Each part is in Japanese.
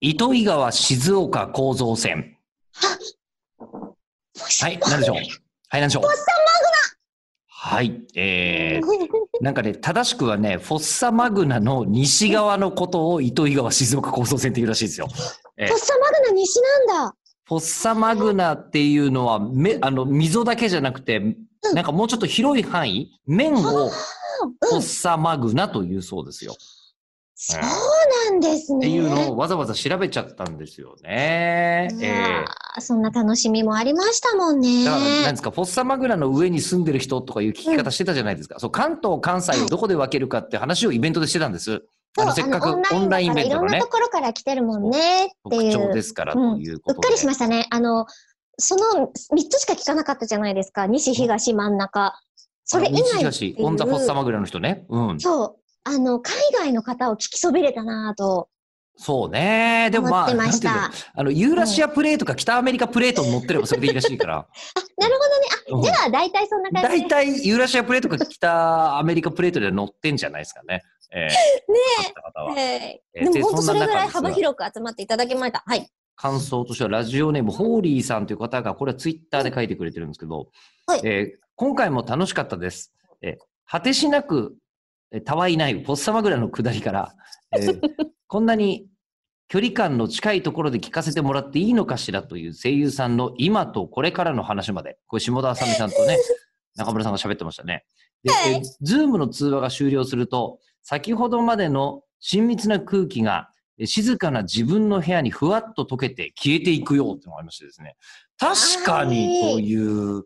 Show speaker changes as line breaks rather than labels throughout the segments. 糸魚川静岡構造線。はい、なんでしょう。はい、なんでしょう。はい、えー、なんかね、正しくはね、フォッサマグナの西側のことを糸魚川静岡構造線っていうらしいですよ。え
フォッサマグナ西なんだ。
フォッサマグナっていうのは、め、あの、溝だけじゃなくて、なんかもうちょっと広い範囲、面をフォ
う
ッ
ん、
サマグナというそうですよ。
そうなんです
って
ね。
いうのをわざわざ調べちゃったんですよね。え
ま
ー
あそんな楽しみもありましたもんね。
だから、なんですか、フォッサマグナの上に住んでる人とかいう聞き方してたじゃないですか。そう、関東、関西をどこで分けるかって話をイベントでしてたんです。あの、
そ
せ
う
っかく
あの
オンラインイベント
だ
が
からいろん
ね
なと、ころから来てるもんねって
特
いう。
徴ですからと
うん
いう
う
こ
っ
と
か
で。
りしましたね。あの、その3つしか聞かなかったじゃないですか。西、東、真ん中。それ以
西
外ってい
東
う。、
オンザフォッサマグナの人ね。うん。
そう。あの、海外の方を聞きそびれたなぁと
そうね。で
思
もま
っ
あ、
て
な
ま
ん
して
いう
た。
の
あ、
あの、ユーラシアプレートか北アメリカプレートに乗ってればそれでいいらしいから。
なるほど
うん
ね。あ、じゃあ大体そんな感じ
大体、ユーラシアプレートか北アメリカプレートで乗ってんじゃないですかね。 えー、ね方は。
え
え
え
ー
でも本当そ
んな
れ
中
ぐらい
ですが
幅広く集まっていただきました。はい。
感想としては、ラジオネーム、ホーリーさんという方が、これはツイッターで書いてくれてるんですけど、
はい
えー今回も楽しかったです。えー果てしなく、えーたわいない、ポッサマグラの下りから、えーこんなに距離感の近いところで聞かせてもらっていいのかしらという声優さんの今とこれからの話まで、これ下田あさみさんとね、中村さんが喋ってましたね。で、
はい
えーズームの通話が終了すると、先ほどまでの親密な空気が、えー静かな自分の部屋にふわっと溶けて消えていくよっていうのがありましてですね。確かにこういう、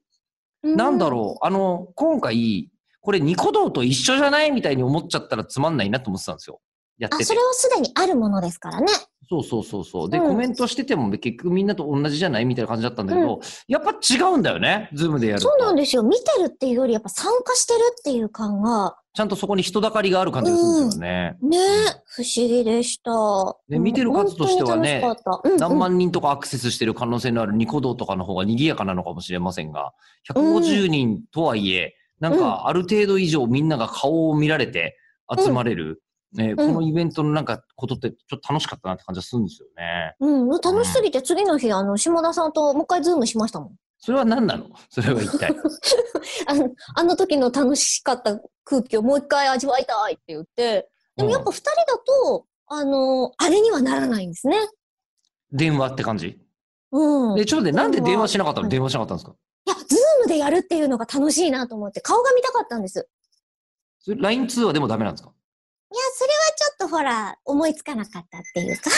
なんだろう、あの、今回、これニコ動と一緒じゃないみたいに思っちゃったらつまんないなと思ってたんですよ。やっ
あ、
てて
そ。れはすでにあるものですからね。
そうそうそうそう。で、
うん
コメントしてても結局みんなと同じじゃないみたいな感じだったんだけど、やっぱ違うんだよね。ズームでやると。
そうなんですよ。見てるっていうより、やっぱ参加してるっていう感が、
ちゃんとそこに人だかりがある感じがするんですよね。
ね、不思議でした。
で見てる数としてはね
本当に楽しかった
何
うんうん
万人とかアクセスしてる可能性のあるニコ動とかの方が賑やかなのかもしれませんが、150人とはいえ、なんかある程度以上みんなが顔を見られて集まれる、ねこのイベントのなんかことってちょっと楽しかったなって感じがするんですよね。
うん、楽しすぎて次の日、あの、下田さんともう一回ズームしましたもん。
それは何なのそれは一 体。
あのあの時の楽しかった空気をもう一回味わいたいって言って、でもやっぱ二人だと、あの、あれにはならないんですね。
電話って感じ
うん。い
で、ちょっとね、なんで電話しなかったの
電
電話しなかったんですか
や、ズームでやるっていうのが楽しいなと思って、顔が見たかったんです。い
そ
や、
れ ?LINE 通話でもダメなんですか
それはちょっとほら、思いつかなかったっていうか。